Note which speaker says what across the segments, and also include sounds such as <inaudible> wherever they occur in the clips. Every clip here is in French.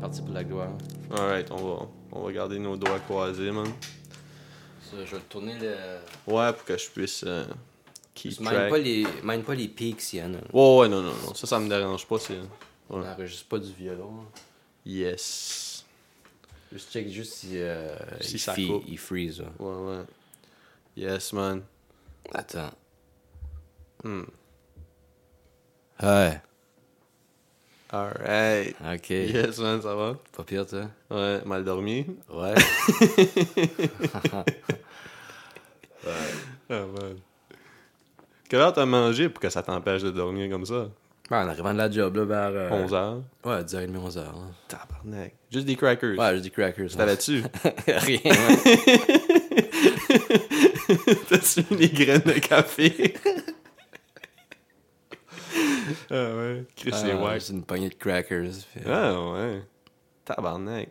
Speaker 1: parti pour la gloire.
Speaker 2: Alright, on va, on va garder nos doigts croisés, man.
Speaker 1: Ça, je vais tourner le.
Speaker 2: Ouais, pour que je puisse euh, keep
Speaker 1: Mine
Speaker 2: track.
Speaker 1: pas, les... mine pas les pics s'il y en a.
Speaker 2: Ouais, ouais, non, non, non. Ça, ça me dérange pas. C'est...
Speaker 1: On
Speaker 2: Ouais.
Speaker 1: n'enregistre pas du violon. là.
Speaker 2: Yes.
Speaker 1: Je check juste si, euh,
Speaker 2: Si
Speaker 1: il,
Speaker 2: ça
Speaker 1: fi-
Speaker 2: coupe.
Speaker 1: il freeze. là.
Speaker 2: Ouais, ouais. Yes, man.
Speaker 1: Attends.
Speaker 2: Hmm.
Speaker 1: Ouais.
Speaker 2: Alright.
Speaker 1: Ok.
Speaker 2: Yes, man, ça va?
Speaker 1: Pas pire, toi.
Speaker 2: Ouais, mal dormi.
Speaker 1: <coughs> Ouais.
Speaker 2: Ah, man. Quelle heure t'as mangé pour que ça t'empêche de dormir comme ça?
Speaker 1: Ouais, en arrivant de la job, là, vers. euh,
Speaker 2: 11 heures.
Speaker 1: Ouais, 10h30, 11h. là.
Speaker 2: Tabarnak. Juste des crackers.
Speaker 1: Ouais, je dis crackers. hein.
Speaker 2: T'as là-dessus.
Speaker 1: <laughs> Rien. <laughs> ouais.
Speaker 2: <laughs> T'as-tu mis des graines de café? ah ouais. Chris,
Speaker 1: Ah,
Speaker 2: les wack.
Speaker 1: C'est une poignée de crackers. puis, euh,
Speaker 2: Ah ouais. Tabarnak.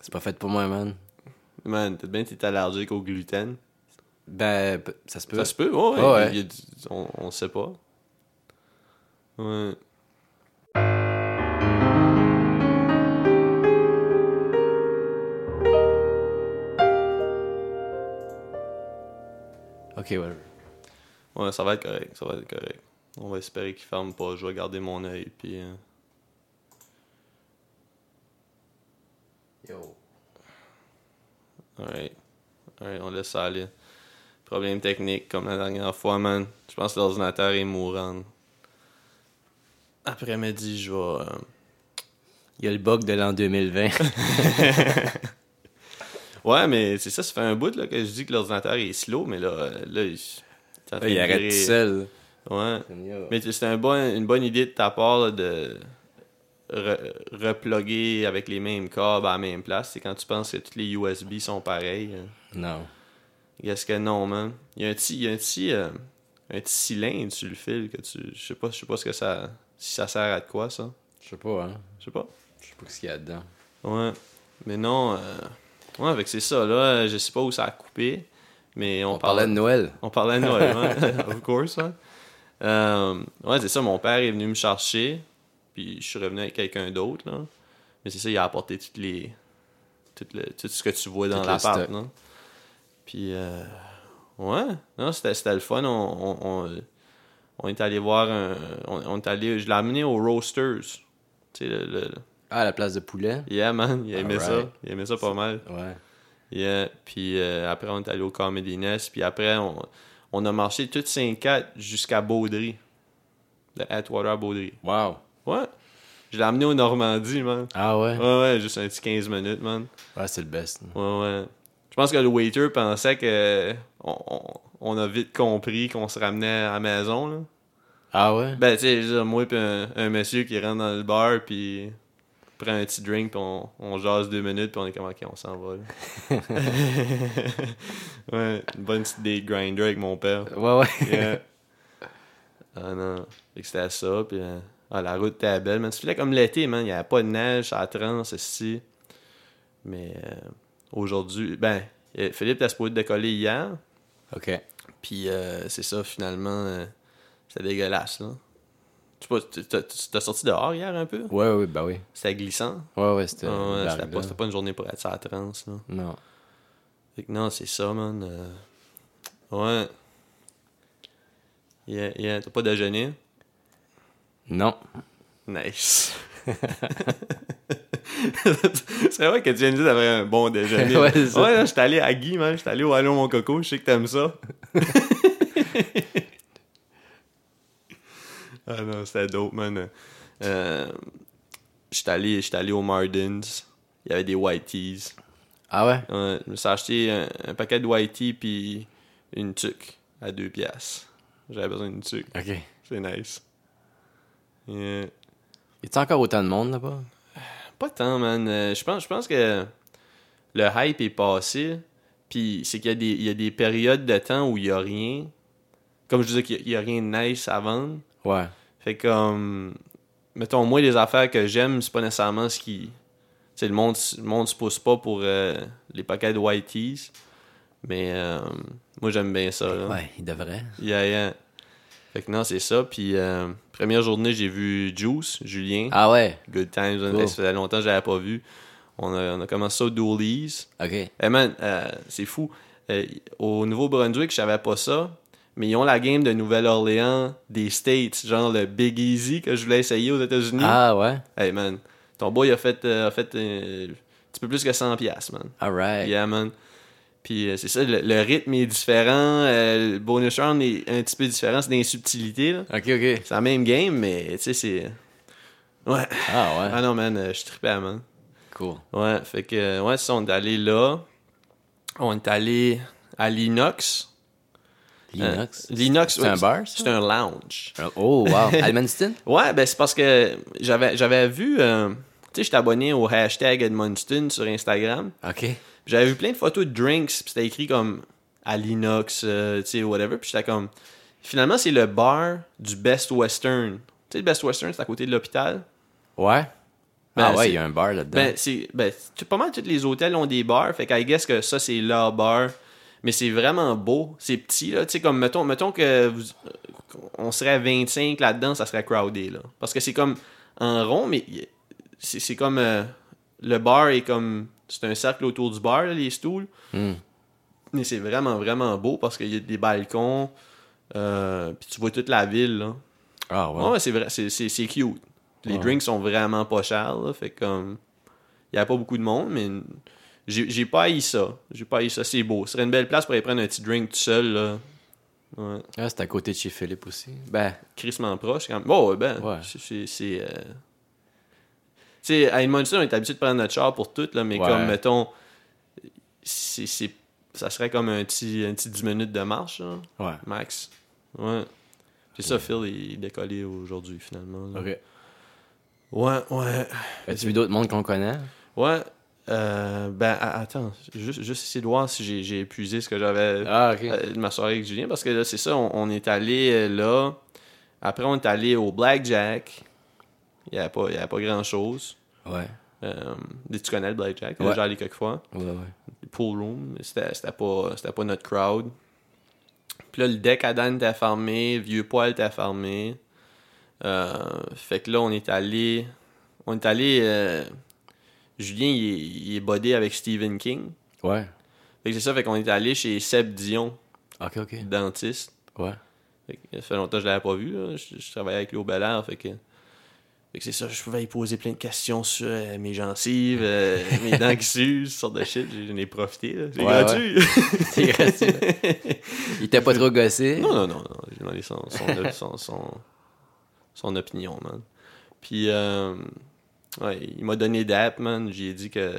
Speaker 1: C'est pas fait pour moi, man.
Speaker 2: Man, t'es bien t'es allergique au gluten.
Speaker 1: Ben, p- ça se peut.
Speaker 2: Ça se peut, ouais.
Speaker 1: Ah ouais.
Speaker 2: Il y a du- on, on sait pas. Ouais.
Speaker 1: Ok, whatever.
Speaker 2: Ouais, ça va être correct. Ça va être correct. On va espérer qu'il ferme pas. Je vais garder mon œil, puis... euh,
Speaker 1: Yo.
Speaker 2: Alright. Alright, on laisse ça aller. Problème technique, comme la dernière fois, man. Je pense que l'ordinateur est mourant. Après-midi, je vais. euh,
Speaker 1: Il y a le bug de l'an 2020.
Speaker 2: Ouais, mais c'est ça, ça fait un bout là, que je dis que l'ordinateur est slow, mais là, euh, là il. ça fait
Speaker 1: Ah, il arrête
Speaker 2: virer-
Speaker 1: tout seul.
Speaker 2: Ouais.
Speaker 1: Mais
Speaker 2: Mais c'était un bon, une bonne idée de ta part là, de re- reploguer avec les mêmes câbles à la même place. C'est quand tu penses que tous les USB sont pareils. hein.
Speaker 1: Non.
Speaker 2: Est-ce que non, man? Il y a un petit, il y a un petit, euh, un petit cylindre sur le fil que tu. Je sais pas, je sais pas ce que ça. Si ça sert à de quoi, ça.
Speaker 1: Je sais pas, hein.
Speaker 2: Je sais pas.
Speaker 1: Je sais pas ce qu'il y a dedans.
Speaker 2: Ouais. Mais non. euh, Ouais, avec c'est ça, là. Je sais pas où ça a coupé. Mais on,
Speaker 1: On, parlait de Noël.
Speaker 2: On parlait de Noël, ouais.
Speaker 1: <laughs>
Speaker 2: of course, ouais. Euh, ouais, c'est ça, mon père est venu me chercher, puis je suis revenu avec quelqu'un d'autre, là. Mais c'est ça, il a apporté toutes les... Tout, le- tout ce que tu vois dans
Speaker 1: Tout le
Speaker 2: l'appart,
Speaker 1: stock.
Speaker 2: non? Puis, euh, ouais, non, c'était c'était le fun. On, on, on- on est allé voir un... On, on est allé... Je l'ai amené au Roasters. Tu sais, le... le-
Speaker 1: Ah, la place de poulet.
Speaker 2: Yeah, man, il aimait ça.
Speaker 1: Alright.
Speaker 2: Il aimait ça pas mal.
Speaker 1: Ouais.
Speaker 2: Yeah. Puis euh, après, on est allé au Comedy Nest. Puis après, on, on a marché toutes 5-4 jusqu'à Baudry. De Atwater à Baudry.
Speaker 1: Wow.
Speaker 2: Ouais. Je l'ai amené au Normandie, man.
Speaker 1: Ah ouais?
Speaker 2: Ouais, ouais, juste un petit 15 minutes, man.
Speaker 1: Ouais, c'est le best.
Speaker 2: Ouais, ouais. Je pense que le waiter pensait que on, on- on a vite compris qu'on se ramenait à la maison, là.
Speaker 1: Ah ouais?
Speaker 2: Ben, tu sais, je veux dire, moi puis un, un monsieur qui rentre dans le bar, puis prend un petit drink, puis on, on jase deux minutes, puis on est comme, OK, on s'en va, là. ouais, une bonne petite date grinder avec mon père.
Speaker 1: Ouais, ouais.
Speaker 2: Yeah. ah non, Fait que c'était ça, puis... euh, Ah, la route était belle, man. C'était comme l'été, man. Il n'y avait pas de neige, ça transe, ici. Mais euh, aujourd'hui... Ben, euh, Philippe était supposé décoller hier,
Speaker 1: <laughs> Ok.
Speaker 2: puis euh, c'est ça, finalement, euh, c'était dégueulasse, là. Tu sais pas, tu- t'as- tu- t'as sorti dehors hier un peu?
Speaker 1: Ouais, ouais, bah oui.
Speaker 2: C'était glissant?
Speaker 1: Ouais, ouais, c'était.
Speaker 2: Ah ouais,
Speaker 1: une
Speaker 2: c'était
Speaker 1: blague,
Speaker 2: pas,
Speaker 1: là.
Speaker 2: c'était pas une journée pour être sur la transe, là.
Speaker 1: Non.
Speaker 2: Fait que non, c'est ça, man. euh, Ouais. Yeah, yeah. T'as pas déjeuné?
Speaker 1: Non.
Speaker 2: Nice. <laughs> c'est vrai que tu viens de dire que t'avais un bon
Speaker 1: <laughs>
Speaker 2: déjeuner.
Speaker 1: Ouais,
Speaker 2: ouais,
Speaker 1: c'est ça.
Speaker 2: là, j'étais allé à Guy, man. J'étais allé au Allô, mon coco. Je sais que
Speaker 1: <laughs>
Speaker 2: t'aimes ça. ah non, c'était dope, man. Euh, j'étais allé, j'étais allé au Mardin's. Il y avait des white teas.
Speaker 1: Ah ouais?
Speaker 2: Ouais, je me suis acheté un, un paquet de white teas puis une tuque à deux piastres. J'avais besoin d'une tuque.
Speaker 1: Ok.
Speaker 2: C'est nice. Yeah.
Speaker 1: Y a encore autant de monde là-bas?
Speaker 2: Pas tant, man. Euh, je pense, je pense que le hype est passé. Puis c'est qu'il y, a des- il y a des périodes de temps où il n'y a rien. Comme je disais, qu'il y a- il n'y a, rien de nice à vendre.
Speaker 1: Ouais.
Speaker 2: Fait que, comme. Mettons, moi, les affaires que j'aime, c'est pas nécessairement ce qui. Tu sais, le monde, s- le monde se pousse pas pour euh, les paquets de white teas. Mais euh, moi, j'aime bien ça. là.
Speaker 1: Ouais, il devrait.
Speaker 2: Yeah, yeah. Fait que non, c'est ça. Puis euh, Première journée, j'ai vu Juice, Julien.
Speaker 1: Ah ouais?
Speaker 2: Good Times, on-
Speaker 1: Cool.
Speaker 2: ça faisait longtemps que je l'avais pas vu. On a, on a commencé au Dooley's.
Speaker 1: OK.
Speaker 2: Eh man, euh, c'est fou. Euh, au Nouveau-Brunswick, je savais pas ça, mais ils ont la game de Nouvelle-Orléans des States, genre le Big Easy que je voulais essayer aux États-Unis.
Speaker 1: Ah ouais?
Speaker 2: Hey man, ton boy a fait, euh, a fait euh, un petit peu plus que 100 piastres, man.
Speaker 1: Alright.
Speaker 2: Yeah, man. Puis euh, c'est ça, le, le rythme est différent, euh, le bonus round est un petit peu différent, c'est des subtilités, là.
Speaker 1: OK, OK.
Speaker 2: C'est la même game, mais tu sais, c'est... Ouais.
Speaker 1: Ah ouais?
Speaker 2: Ah non, man, euh, je trippais, man.
Speaker 1: Cool.
Speaker 2: Ouais, fait que, euh, ouais, ça, on est allé là. On est allé à l'Inox.
Speaker 1: Linux?
Speaker 2: Euh, L'Inox,
Speaker 1: C'est
Speaker 2: ouais,
Speaker 1: un bar, ça?
Speaker 2: C'est un lounge.
Speaker 1: Oh, wow. Almanston?
Speaker 2: Ouais, ben c'est parce que j'avais j'avais vu... euh, tu sais, j'étais abonné au hashtag Edmundston sur Instagram.
Speaker 1: <laughs> OK.
Speaker 2: Puis J'avais vu plein de photos de drinks, puis c'était écrit comme à l'inox, euh, tu sais, whatever. Puis j'étais comme. Finalement, c'est le bar du Best Western. Tu sais, le Best Western, c'est à côté de l'hôpital.
Speaker 1: Ouais?
Speaker 2: Ben,
Speaker 1: ah ouais,
Speaker 2: c'est-
Speaker 1: il y a un bar là-dedans.
Speaker 2: Ben, c'est. Ben, tout- pas mal tous les hôtels ont des bars, fait que I guess que ça, c'est leur bar. Mais c'est vraiment beau. C'est petit, là. Tu sais, comme, mettons, mettons que vous- on serait à 25 là-dedans, ça serait crowded, là. Parce que c'est comme en rond, mais y- c'est c'est comme. euh, le bar est comme. C'est un cercle autour du bar, là, les stools.
Speaker 1: Hmm.
Speaker 2: Mais c'est vraiment, vraiment beau parce qu'il y a des balcons. euh, puis tu vois toute la ville. Là.
Speaker 1: Ah ouais.
Speaker 2: Ouais, c'est vrai, c'est, c'est, c'est cute. Les
Speaker 1: Ouais.
Speaker 2: drinks sont vraiment pas chers. là, fait que, comme. Il n'y a pas beaucoup de monde, mais j'ai, j'ai pas haï ça. J'ai pas haï ça. C'est beau. Ce serait une belle place pour aller prendre un petit drink tout seul. Là. Ouais.
Speaker 1: Ah, c'est à côté de chez Philippe aussi. Ben,
Speaker 2: Crissement proche quand même. Bon, ouais, ben.
Speaker 1: Ouais.
Speaker 2: C'est. c'est, c'est, euh, Tu sais, à Edmundston, on est habitué de prendre notre char pour tout, là, mais
Speaker 1: Ouais.
Speaker 2: comme, mettons. C'est, c'est- ça serait comme un petit, un petit 10 minutes de marche. là.
Speaker 1: ouais.
Speaker 2: Max. Ouais. C'est ça, Phil, il il est décollé aujourd'hui, finalement. là.
Speaker 1: OK.
Speaker 2: Ouais, ouais.
Speaker 1: As-tu vu d'autres mondes qu'on connaît?
Speaker 2: Ouais. Euh, ben, a- attends, juste, juste essayer de voir si j'ai- j'ai épuisé ce que j'avais
Speaker 1: Ah, OK.
Speaker 2: euh, de ma soirée avec Julien, parce que là, c'est ça, on, on est allé euh, là. Après, on est allé au Blackjack. Il n'y avait pas, il y avait pas grand-chose.
Speaker 1: Ouais.
Speaker 2: Euh, tu connais le Blackjack? T'es
Speaker 1: Ouais.
Speaker 2: déjà allé quelques fois.
Speaker 1: Ouais, ouais.
Speaker 2: Le pool room, c'était c'était pas, c'était pas notre crowd. Puis là, le deck à Dan était fermé, Vieux Poil était fermé. Euh, fait que là, on est allé. On est allé. euh, Julien, il est, il est buddy avec Stephen King.
Speaker 1: Ouais.
Speaker 2: Fait que c'est ça, fait qu'on est allé chez Seb Dion,
Speaker 1: OK, OK.
Speaker 2: dentiste.
Speaker 1: Ouais.
Speaker 2: Fait que ça fait longtemps que je l'avais pas vu. là. Je, je travaillais avec lui au Bel Air, fait que. Fait que c'est ça, je pouvais y poser plein de questions sur euh, mes gencives, euh, mes dents qui s'usent, ce genre de shit. J'en ai profité, là. C'est
Speaker 1: Ouais,
Speaker 2: gratuit.
Speaker 1: C'est gratuit. Il était pas trop gossé?
Speaker 2: Non, non, non, non. J'ai demandé son, son, son, son- son opinion, man. Puis, euh, ouais, il m'a donné d'app, man. J'ai dit que euh,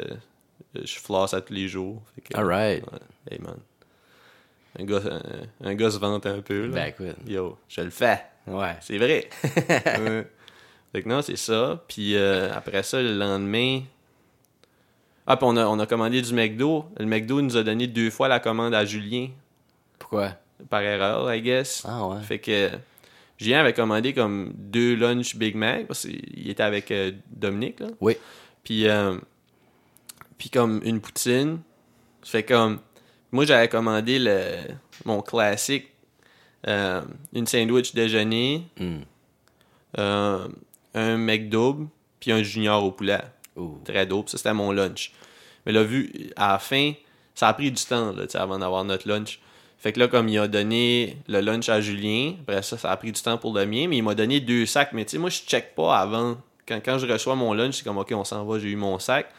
Speaker 2: je flosse à tous les jours. Fait que-
Speaker 1: All right.
Speaker 2: Ouais, hey, man. Un gars, un, un gars se vante un peu, là.
Speaker 1: Ben, écoute.
Speaker 2: Yo, je le fais.
Speaker 1: Ouais.
Speaker 2: C'est vrai. Ouais. Fait que non, c'est ça. Puis euh, après ça, le lendemain... Ah, puis on a, on a commandé du McDo. Le McDo nous a donné deux fois la commande à Julien,
Speaker 1: Pourquoi?
Speaker 2: par erreur, I guess.
Speaker 1: Ah ouais.
Speaker 2: Fait que Julien avait commandé comme deux lunchs Big Mac parce qu'il était avec euh, Dominique. Là.
Speaker 1: Oui.
Speaker 2: Puis, euh, puis comme une poutine. Fait comme. Moi, j'avais commandé le, mon classique euh, une sandwich déjeuner,
Speaker 1: Hmm.
Speaker 2: euh, un McDouble, puis un junior au poulet.
Speaker 1: Ouh.
Speaker 2: Très dope. Ça, c'était mon lunch. Mais là, vu, à la fin, ça a pris du temps, là, tu sais, avant d'avoir notre lunch. Fait que là, comme il a donné le lunch à Julien, après ça, ça a pris du temps pour le mien, mais il m'a donné deux sacs. Mais tu sais, moi, je check pas avant. Quand, quand je reçois mon lunch, c'est comme, OK, on s'en va, j'ai eu mon sac.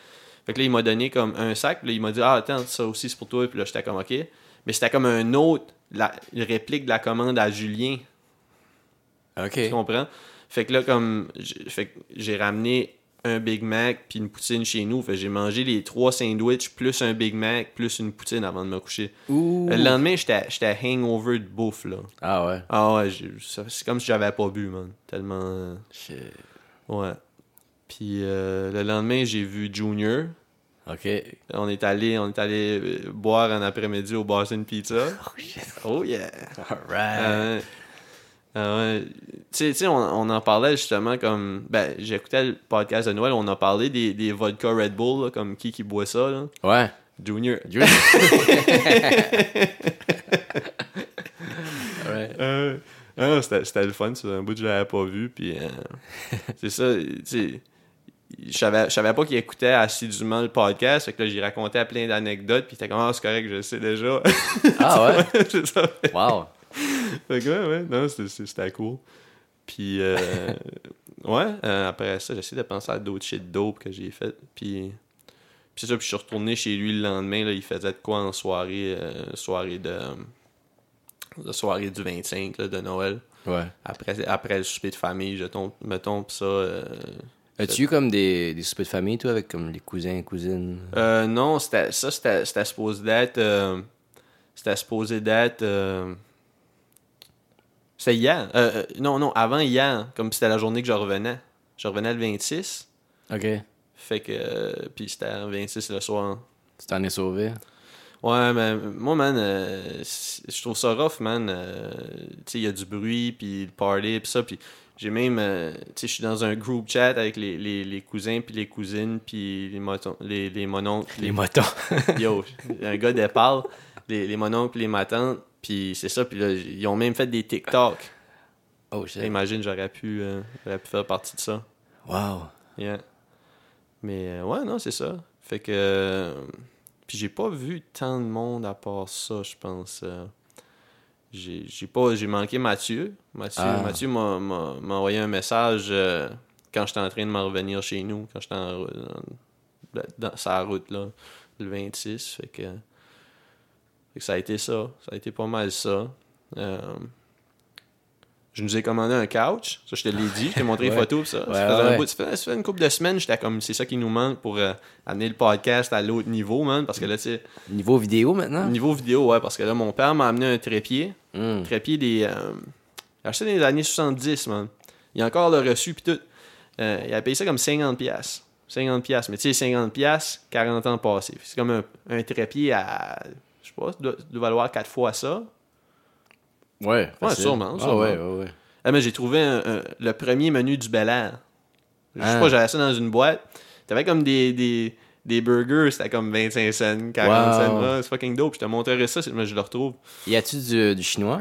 Speaker 2: Fait que là, il m'a donné comme un sac, puis là, il m'a dit, ah, attends, ça aussi, c'est pour toi. Puis là, j'étais comme, OK. Mais c'était comme un autre, la réplique de la commande à Julien.
Speaker 1: OK.
Speaker 2: Tu comprends? Fait que là, comme. j'ai- Fait que j'ai ramené un Big Mac puis une poutine chez nous. Fait que j'ai mangé les trois sandwichs plus un Big Mac plus une poutine avant de me coucher.
Speaker 1: Ouh.
Speaker 2: Le lendemain, j'étais j'étais hangover de bouffe, là.
Speaker 1: Ah ouais.
Speaker 2: Ah ouais, j'ai- ça- c'est comme si j'avais pas bu, man. Tellement. euh,
Speaker 1: Shit.
Speaker 2: Ouais. Puis euh, le lendemain, j'ai vu Junior.
Speaker 1: OK.
Speaker 2: On est allé, on est allé euh, boire un après-midi au Boston Pizza. Oh yeah!
Speaker 1: All right.
Speaker 2: Ah ouais. Ah ouais. Tu sais- tu sais, on, on en parlait justement comme. Ben, j'écoutais le podcast de Noël, on a parlé des, des vodka Red Bull, là, comme qui qui boit ça, là.
Speaker 1: Ouais.
Speaker 2: Junior.
Speaker 1: Dieu. <laughs> All right.
Speaker 2: Euh, ah, c'était c'était le fun. C'est un bout que je l'avais pas vu. Puis, euh, <laughs> c'est ça, tu sais. Je savais, je savais pas qu'il écoutait assidûment le podcast, fait que là, j'y racontais plein d'anecdotes, puis il était comme, ah, c'est correct, je le sais déjà. <laughs>
Speaker 1: Ah <laughs> ouais?
Speaker 2: c'est ça.
Speaker 1: Wow.
Speaker 2: Fait que ouais, ouais, non, c'est- c'est- c'était cool. Puis, euh, ouais, euh, après ça, j'essaie de penser à d'autres shit dope que j'ai fait. Puis, puis c'est ça, puis je suis retourné chez lui le lendemain, là, il faisait de quoi en soirée, euh, soirée de, de soirée du 25, là, de Noël.
Speaker 1: Ouais.
Speaker 2: Après, après le souper de famille, je tombe, mettons, pis ça... euh,
Speaker 1: As-tu eu comme des, des soupers de famille, toi, avec comme les cousins et cousines?
Speaker 2: euh, non, c'était, ça, c'était, c'était supposé d'être... euh, c'était supposé d'être... euh, c'était hier. Euh, euh, non, non, avant hier, comme c'était la journée que je revenais. Je revenais le 26,
Speaker 1: OK.
Speaker 2: fait que... euh, puis c'était le 26 le soir.
Speaker 1: Tu t'en es sauvé?
Speaker 2: Ouais, mais moi, man, euh, c- je trouve ça rough, man. Euh, tu sais, il y a du bruit, puis le party, puis ça. Puis j'ai même, euh, tu sais, je suis dans un group chat avec les, les, les cousins, puis les cousines, puis les, motons- les, les mononcles.
Speaker 1: Les motons.
Speaker 2: Yo, un gars d'Épale, les, les mononcles, les matantes, puis c'est ça. Puis là, j- ils ont même fait des TikTok.
Speaker 1: <laughs> Oh,
Speaker 2: Là,
Speaker 1: shit.
Speaker 2: Imagine, j'aurais pu, euh, j'aurais pu faire partie de ça.
Speaker 1: Wow.
Speaker 2: Yeah. Mais euh, ouais, non, c'est ça. Fait que. euh, Puis j'ai pas vu tant de monde à part ça, je pense. euh. J'ai j'ai pas. J'ai manqué Mathieu. Mathieu
Speaker 1: Ah.
Speaker 2: Mathieu m'a- m'a m'a envoyé un message euh, quand j'étais en train de m'en revenir chez nous, quand j'étais en rou- dans, dans sa route là, le 26. Fait que. Fait que ça a été ça. Ça a été pas mal ça. Euh, je nous ai commandé un couch. Ça, je te l'ai dit. Je t'ai montré les
Speaker 1: <laughs> Ouais.
Speaker 2: photos. pis Ça, Ça
Speaker 1: Ouais,
Speaker 2: faisait un
Speaker 1: ouais.
Speaker 2: bout- ça faisait- ça faisait une couple de semaines. J'étais comme, c'est ça qui nous manque pour euh, amener le podcast à l'autre niveau, man. Parce que là, tu sais,
Speaker 1: Niveau vidéo maintenant?
Speaker 2: niveau vidéo, ouais. Parce que là, mon père m'a amené un trépied.
Speaker 1: Hmm.
Speaker 2: Un trépied des. euh, il a acheté dans les années 70, man. Il a encore le reçu, puis tout. Euh, il a payé ça comme 50$. piastres. 50$. piastres. Mais tu sais, 50$, piastres, 40 ans passés. Fait que C'est comme un, un trépied à. Je sais pas, ça doit, doit valoir 4 fois ça.
Speaker 1: Ouais. facile.
Speaker 2: sûrement,
Speaker 1: Ah,
Speaker 2: sûrement.
Speaker 1: ouais, ouais, ouais.
Speaker 2: Ah, mais j'ai trouvé un- un- le premier menu du Bel Air. Je sais
Speaker 1: Ah.
Speaker 2: pas, j'avais ça dans une boîte. T'avais comme des, des, des burgers, c'était comme 25 cents, 40
Speaker 1: Wow.
Speaker 2: cents. Ah, c'est fucking dope. Je te montrerai ça, c'est- mais je le retrouve.
Speaker 1: Y a-tu du, du chinois?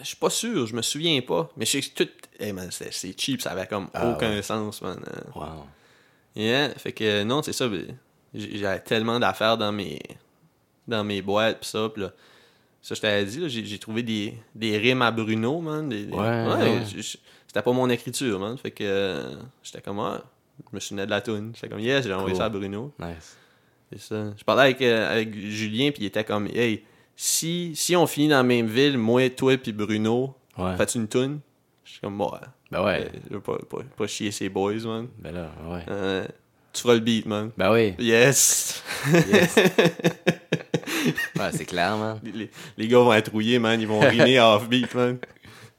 Speaker 2: Je suis pas sûr, je me souviens pas. Mais je sais que tout. Hey man, c'est- c'est cheap, ça avait comme
Speaker 1: Ah,
Speaker 2: aucun sens, man. Euh,
Speaker 1: Wow.
Speaker 2: Yeah, fait que non, c'est ça. ben, j'ai- J'avais tellement d'affaires dans mes dans mes boîtes pis ça, pis là. Ça, je t'avais dit, là, j'ai j'ai trouvé des, des rimes à Bruno, man. des- des-
Speaker 1: Ouais, ouais.
Speaker 2: j- j- C'était pas mon écriture, man. Fait que euh, j'étais comme, ah, je me souvenais de la toune. J'étais comme, yes, j'ai envoyé
Speaker 1: Cool.
Speaker 2: ça à Bruno.
Speaker 1: Nice.
Speaker 2: C'est ça. Je parlais avec, euh, avec Julien, puis il était comme, hey, si, si on finit dans la même ville, moi, toi, puis Bruno,
Speaker 1: Ouais.
Speaker 2: fais-tu une toune? Je suis comme, ouais,
Speaker 1: Ben ouais.
Speaker 2: euh, je veux pas, pas, pas chier ces boys, man.
Speaker 1: Ben là, ouais.
Speaker 2: Euh, tu feras le beat, man.
Speaker 1: Ben oui.
Speaker 2: Yes!
Speaker 1: <laughs> Yes. <laughs> ouais, c'est clair, man.
Speaker 2: Les- Les, les gars vont être rouillés, man. Ils vont rimer off-beat, man.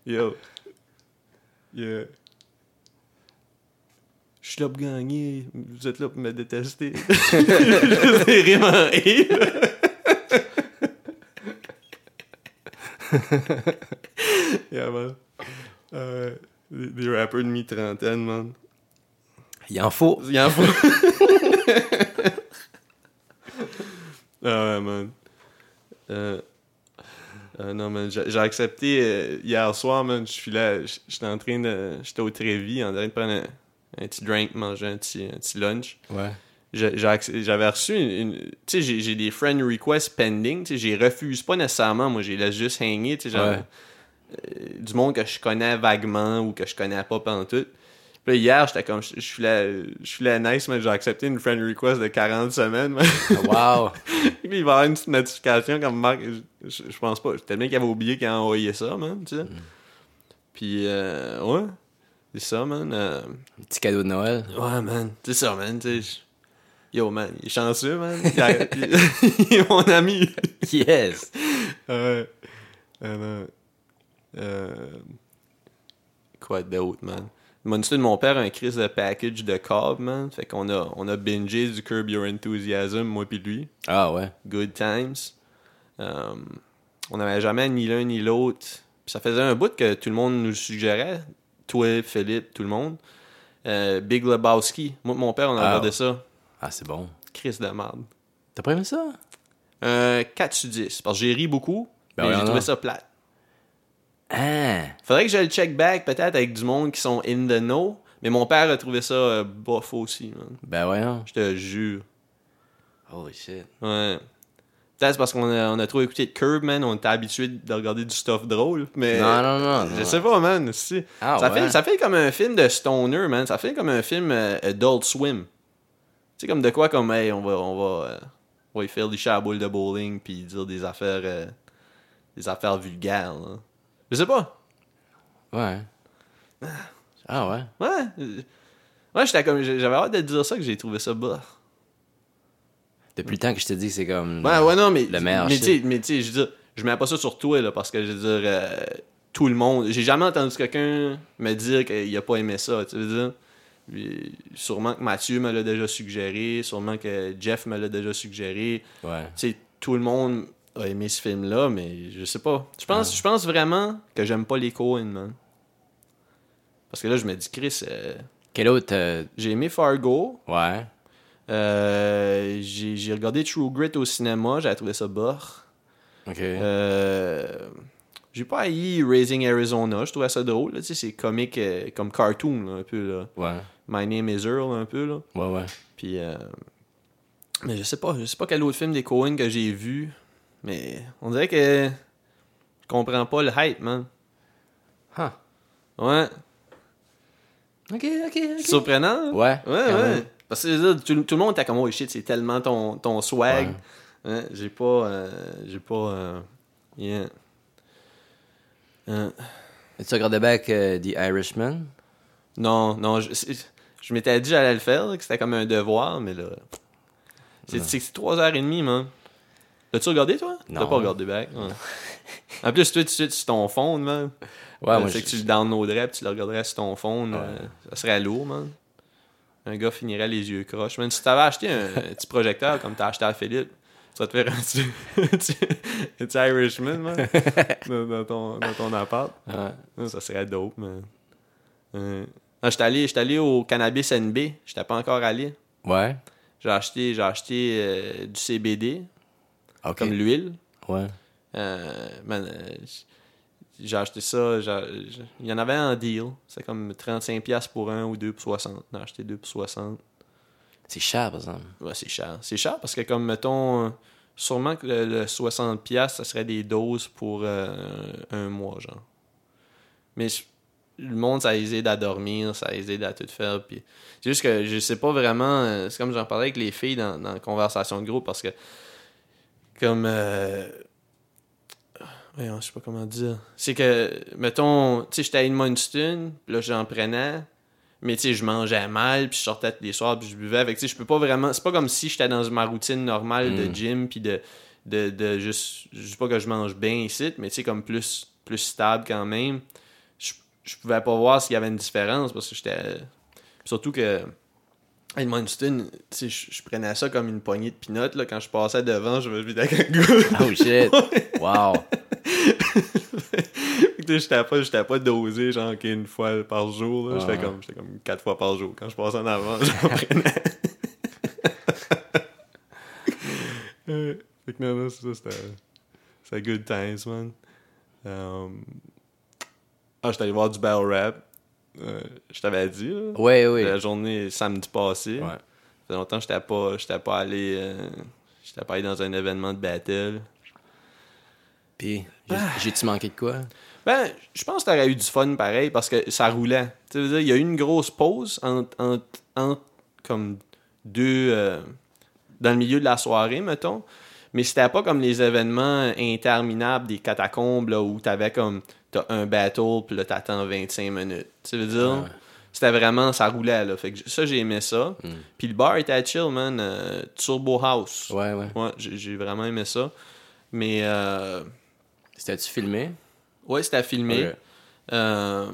Speaker 2: Yo. Yeah. Je suis là pour gagner. Vous êtes là pour me détester. <laughs> Juste les rimes en et, là. <laughs> yeah, man. Euh, des, des rappers de mi-trentaine, man.
Speaker 1: Il en faut.
Speaker 2: Il en faut. <laughs> ah ouais, man. Euh, euh, non, man, j'ai j'ai accepté euh, hier soir, man. Je suis là, j- j'étais en train de. J'étais au Trévis, en train de prendre un, un petit drink, manger un petit, un petit lunch.
Speaker 1: Ouais.
Speaker 2: J'ai- j'ai acc- J'avais reçu une. une- tu sais, j'ai- j'ai des friend requests pending. Tu sais, j'ai refuse pas nécessairement. Moi, j'ai laisse juste hanger. Tu sais, genre,
Speaker 1: Ouais.
Speaker 2: euh, du monde que je connais vaguement ou que je connais pas pantoute. Puis là, hier, j'étais comme. Je je suis la, je suis la nice, mais j'ai accepté une friend request de 40 semaines. man. <laughs>
Speaker 1: Wow.
Speaker 2: Puis il va y avoir une petite notification comme Marc. Je, je- je pense pas. J'étais bien qu'il avait oublié qu'il a envoyé ça, man. Tu sais. Puis, euh, ouais. C'est ça, man. euh,
Speaker 1: Un petit cadeau de Noël.
Speaker 2: Ouais, man. C'est ça, man. Tu sais, je- Yo, man. Il est chanceux, <laughs> man. Il, a- il est mon ami.
Speaker 1: Yes.
Speaker 2: Euh, euh, euh, quoi d'autre, man? Mon de mon père a un crise de package de cob, man. Fait qu'on a, on a bingé du Curb Your Enthusiasm, moi puis lui.
Speaker 1: Ah ouais.
Speaker 2: Good Times. Euh, on n'avait jamais ni l'un ni l'autre. Puis ça faisait un bout que tout le monde nous suggérait. Toi, Philippe, tout le monde. Euh, Big Lebowski. Moi, mon père, on a
Speaker 1: Ah.
Speaker 2: regardé ça.
Speaker 1: Ah, c'est bon.
Speaker 2: Chris de merde.
Speaker 1: T'as pas aimé ça?
Speaker 2: Euh, 4 sur 10. Parce que j'ai ri beaucoup.
Speaker 1: Ben
Speaker 2: mais
Speaker 1: oui,
Speaker 2: j'ai
Speaker 1: non.
Speaker 2: trouvé ça plate.
Speaker 1: Ah!
Speaker 2: Faudrait que je le check back peut-être avec du monde qui sont in the know. Mais mon père a trouvé ça euh, bof aussi, man.
Speaker 1: Ben voyons.
Speaker 2: Je te jure.
Speaker 1: Holy shit.
Speaker 2: Ouais. Peut-être c'est parce qu'on a, on a trop écouté de Curb, man. On était habitué de regarder du stuff drôle. Mais
Speaker 1: Non, non, non.
Speaker 2: Je
Speaker 1: non.
Speaker 2: sais pas, man. Si.
Speaker 1: Ah,
Speaker 2: ça,
Speaker 1: ouais.
Speaker 2: fait, ça fait comme un film de stoner, man. Ça fait comme un film euh, Adult Swim. Tu sais, comme de quoi, comme, hey, on va, on va, euh, on va y faire des chats à boule de bowling puis dire des affaires, euh, des affaires vulgaires, là. Je sais pas.
Speaker 1: Ouais. Ah ouais.
Speaker 2: Ouais. euh, Ouais, j'étais comme, j'avais hâte de dire ça que j'ai trouvé ça bas.
Speaker 1: Depuis le temps que je te dis que c'est comme.
Speaker 2: Ben Ouais, ouais, non, mais.
Speaker 1: Le meilleur
Speaker 2: mais
Speaker 1: shit.
Speaker 2: tu sais- mais tu sais, je veux dire, je mets pas ça sur toi, là, parce que je veux dire, euh, tout le monde. J'ai jamais entendu quelqu'un me dire qu'il a pas aimé ça, tu veux dire. Puis, Sûrement que Mathieu me l'a déjà suggéré, sûrement que Jeff me l'a déjà suggéré.
Speaker 1: Ouais.
Speaker 2: Tu sais, tout le monde a aimé ce film-là, mais je sais pas. Je pense, je pense vraiment que j'aime pas les Coen, man. Parce que là, je me dis, Chris, euh,
Speaker 1: Quel autre. euh,
Speaker 2: j'ai aimé Fargo,
Speaker 1: Ouais.
Speaker 2: euh, j'ai j'ai regardé True Grit au cinéma, j'avais trouvé ça bord.
Speaker 1: Ok.
Speaker 2: Euh, j'ai pas haï Raising Arizona, je trouvais ça drôle, là, tu sais, c'est comique euh, comme cartoon là, un peu là.
Speaker 1: Ouais.
Speaker 2: My Name Is Earl un peu là.
Speaker 1: Ouais, ouais.
Speaker 2: Puis euh, mais je sais pas, je sais pas quel autre film des Coen que j'ai vu, mais on dirait que je comprends pas le hype, man.
Speaker 1: Huh.
Speaker 2: Ouais,
Speaker 1: Ok, ok,
Speaker 2: c'est
Speaker 1: ok.
Speaker 2: surprenant. hein?
Speaker 1: Ouais.
Speaker 2: Ouais,
Speaker 1: quand
Speaker 2: ouais.
Speaker 1: même.
Speaker 2: Parce que là, tout, tout le monde était comme, oh shit, c'est tellement ton, ton swag. Ouais, j'ai pas. euh, j'ai pas. euh, yeah. Euh,
Speaker 1: Tu regardais back euh, The Irishman?
Speaker 2: Non, non, je, c'est- je m'étais dit que j'allais le faire, là, que c'était comme un devoir, mais là. C'est c'est- c'est 3h30, man. L'as-tu regardé, toi? T'as
Speaker 1: Non.
Speaker 2: pas regardé back? ouais. en plus, toi, tu sur ton phone, man.
Speaker 1: Ouais,
Speaker 2: Euh,
Speaker 1: moi,
Speaker 2: fait
Speaker 1: je-
Speaker 2: que tu le downloaderais puis tu le regarderais sur ton phone. euh, ça serait lourd, man. Un gars finirait les yeux croches. Même si t'avais acheté un, un petit projecteur comme t'as acheté à Philippe, ça te faire un petit, un petit- <laughs> un petit
Speaker 1: <laughs>
Speaker 2: Irishman, man, dans, dans ton, dans ton appart.
Speaker 1: Ouais.
Speaker 2: Non, Ça serait dope, mais. Euh, non, j'étais allé, j'étais allé au cannabis NB. J'étais pas encore allé.
Speaker 1: Ouais.
Speaker 2: J'ai acheté, j'ai acheté euh, du CBD,
Speaker 1: Ok.
Speaker 2: comme l'huile.
Speaker 1: Ouais.
Speaker 2: Euh, man, euh, j- j'ai acheté ça. j'a- j- Il y en avait un deal. C'est comme 35$ pour un ou 2 pour 60. J'ai acheté 2 pour 60.
Speaker 1: C'est cher, par exemple.
Speaker 2: Ouais, c'est cher. C'est cher parce que, comme, mettons, euh, sûrement que le, le 60$, ça serait des doses pour euh, un mois, genre. Mais je- le monde, ça les aide à dormir, ça les aide à tout faire. Puis... C'est juste que je sais pas vraiment. euh, C'est comme j'en parlais avec les filles dans, dans la conversation de groupe parce que, comme. euh, voyons, je sais pas comment dire. C'est que, mettons, tu sais, j'étais à Edmundston, puis là, j'en prenais. Mais tu sais, je mangeais mal, puis je sortais tous les soirs, puis je buvais. Fait que, tu sais, je peux pas vraiment. C'est pas comme si j'étais dans ma routine normale de gym, puis de, de, de juste. Je dis pas que je mange bien ici, mais tu sais, comme plus, plus stable quand même. Je, je pouvais pas voir s'il y avait une différence parce que j'étais. Surtout que. à Edmundston, tu sais, je, je prenais ça comme une poignée de pinottes, là. Quand je passais devant, je me vidais avec un <laughs> goût.
Speaker 1: Oh shit! wow!
Speaker 2: Fait que, tu sais, j'étais pas, j'étais pas dosé, genre, ok, une fois par jour, là. J'étais
Speaker 1: Ouais.
Speaker 2: comme, j'étais comme quatre fois par jour. Quand je passais en avant, j'en prenais. <laughs> Euh, fait que non, non, c'est ça, c'était. C'était good times, man. Euh, Ah, j'étais allé voir du battle rap. Euh, je t'avais dit, là.
Speaker 1: Ouais, ouais.
Speaker 2: La journée samedi passé.
Speaker 1: Ouais.
Speaker 2: Ça fait longtemps que j'étais pas, j'étais pas allé. euh, j'étais pas allé dans un événement de battle.
Speaker 1: Puis, j'ai- j'ai-tu manqué de quoi?
Speaker 2: Ben, je pense que t'aurais eu du fun pareil parce que ça roulait. Tu veux dire, il y a eu une grosse pause entre, entre, entre, comme deux. euh, dans le milieu de la soirée, mettons. Mais c'était pas comme les événements interminables des catacombes là, où t'avais comme. T'as un battle, puis là t'attends 25 minutes. Tu veux dire? C'était vraiment. Ça roulait, là. Fait que ça, j'ai aimé ça. Puis le bar était chill, man. euh, Turbo House.
Speaker 1: Ouais, ouais.
Speaker 2: Ouais, j'ai j'ai vraiment aimé ça. Mais. euh,
Speaker 1: C'était-tu filmé?
Speaker 2: Ouais, c'était filmé.
Speaker 1: Ok.
Speaker 2: Euh,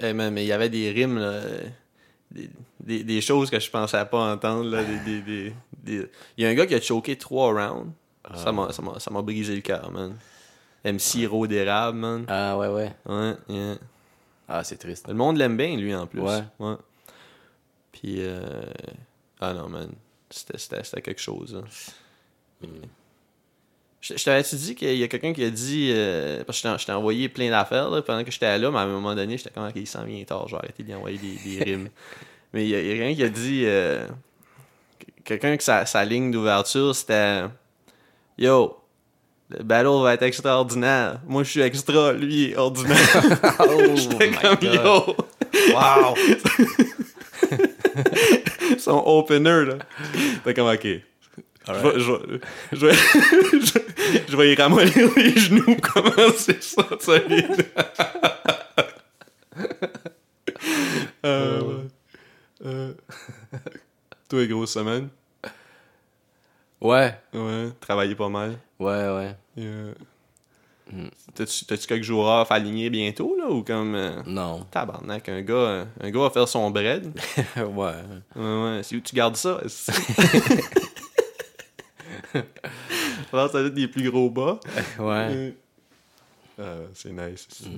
Speaker 2: eh, mais mais il y avait des rimes, là, euh, des, des, des choses que je pensais pas entendre. là, des- des- des- des- Il y a un gars qui a choqué trois rounds. Ça m'a- Ça m'a ça m'a brisé le cœur, man. MC Ro d'érable, man.
Speaker 1: Ah, ouais, ouais.
Speaker 2: Ouais, yeah.
Speaker 1: Ah, c'est triste.
Speaker 2: Le monde l'aime bien, lui, en plus.
Speaker 1: Ouais.
Speaker 2: Puis, euh, ah non, man. C'était c'était- c'était quelque chose. hein. Je, je t'avais-tu dit qu'il y a quelqu'un qui a dit. euh, parce que je t'ai- je t'ai envoyé plein d'affaires là, pendant que j'étais là, mais à un moment donné, j'étais comme, ok, il s'en vient tard, je vais arrêter d'y envoyer des, des rimes. mais il y a, il y a quelqu'un qui a dit. euh, que- quelqu'un que sa, sa ligne d'ouverture, c'était. Yo, le battle va être extraordinaire. Moi, je suis extra, lui, il est ordinaire.
Speaker 1: <laughs> Oh
Speaker 2: J'étais <laughs> comme, yo,
Speaker 1: Wow!
Speaker 2: <laughs> son opener, là. J'étais comme, ok. Je vais- Je vais- je vais- <laughs> je- je vais y ramollir les genoux. <laughs> Comment c'est ça,
Speaker 1: <laughs>
Speaker 2: ça vient de- Euh, ouais. Euh, Toi, grosse semaine.
Speaker 1: Ouais,
Speaker 2: Ouais, travailler pas mal.
Speaker 1: ouais, ouais.
Speaker 2: Et, euh,
Speaker 1: Mm.
Speaker 2: T'as-tu t'as-tu quelques jours off alignés bientôt, là, ou comme... euh,
Speaker 1: Non. <laughs>
Speaker 2: Tabarnak, un gars, euh, un gars va faire son bread.
Speaker 1: ouais.
Speaker 2: Ouais, ouais, c'est où tu
Speaker 1: <laughs>
Speaker 2: gardes ça? est-ce que- Alors, ça doit être des plus gros bas.
Speaker 1: Ouais. Mm.
Speaker 2: Euh, euh, c'est nice. c'est-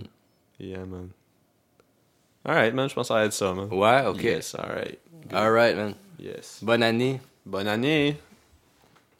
Speaker 2: Yeah, man. Alright, man, je pense que ça va être ça, man.
Speaker 1: Ouais, Oh, ok.
Speaker 2: Yes, alright.
Speaker 1: Alright, man.
Speaker 2: Yes.
Speaker 1: Bonne année.
Speaker 2: Bonne année!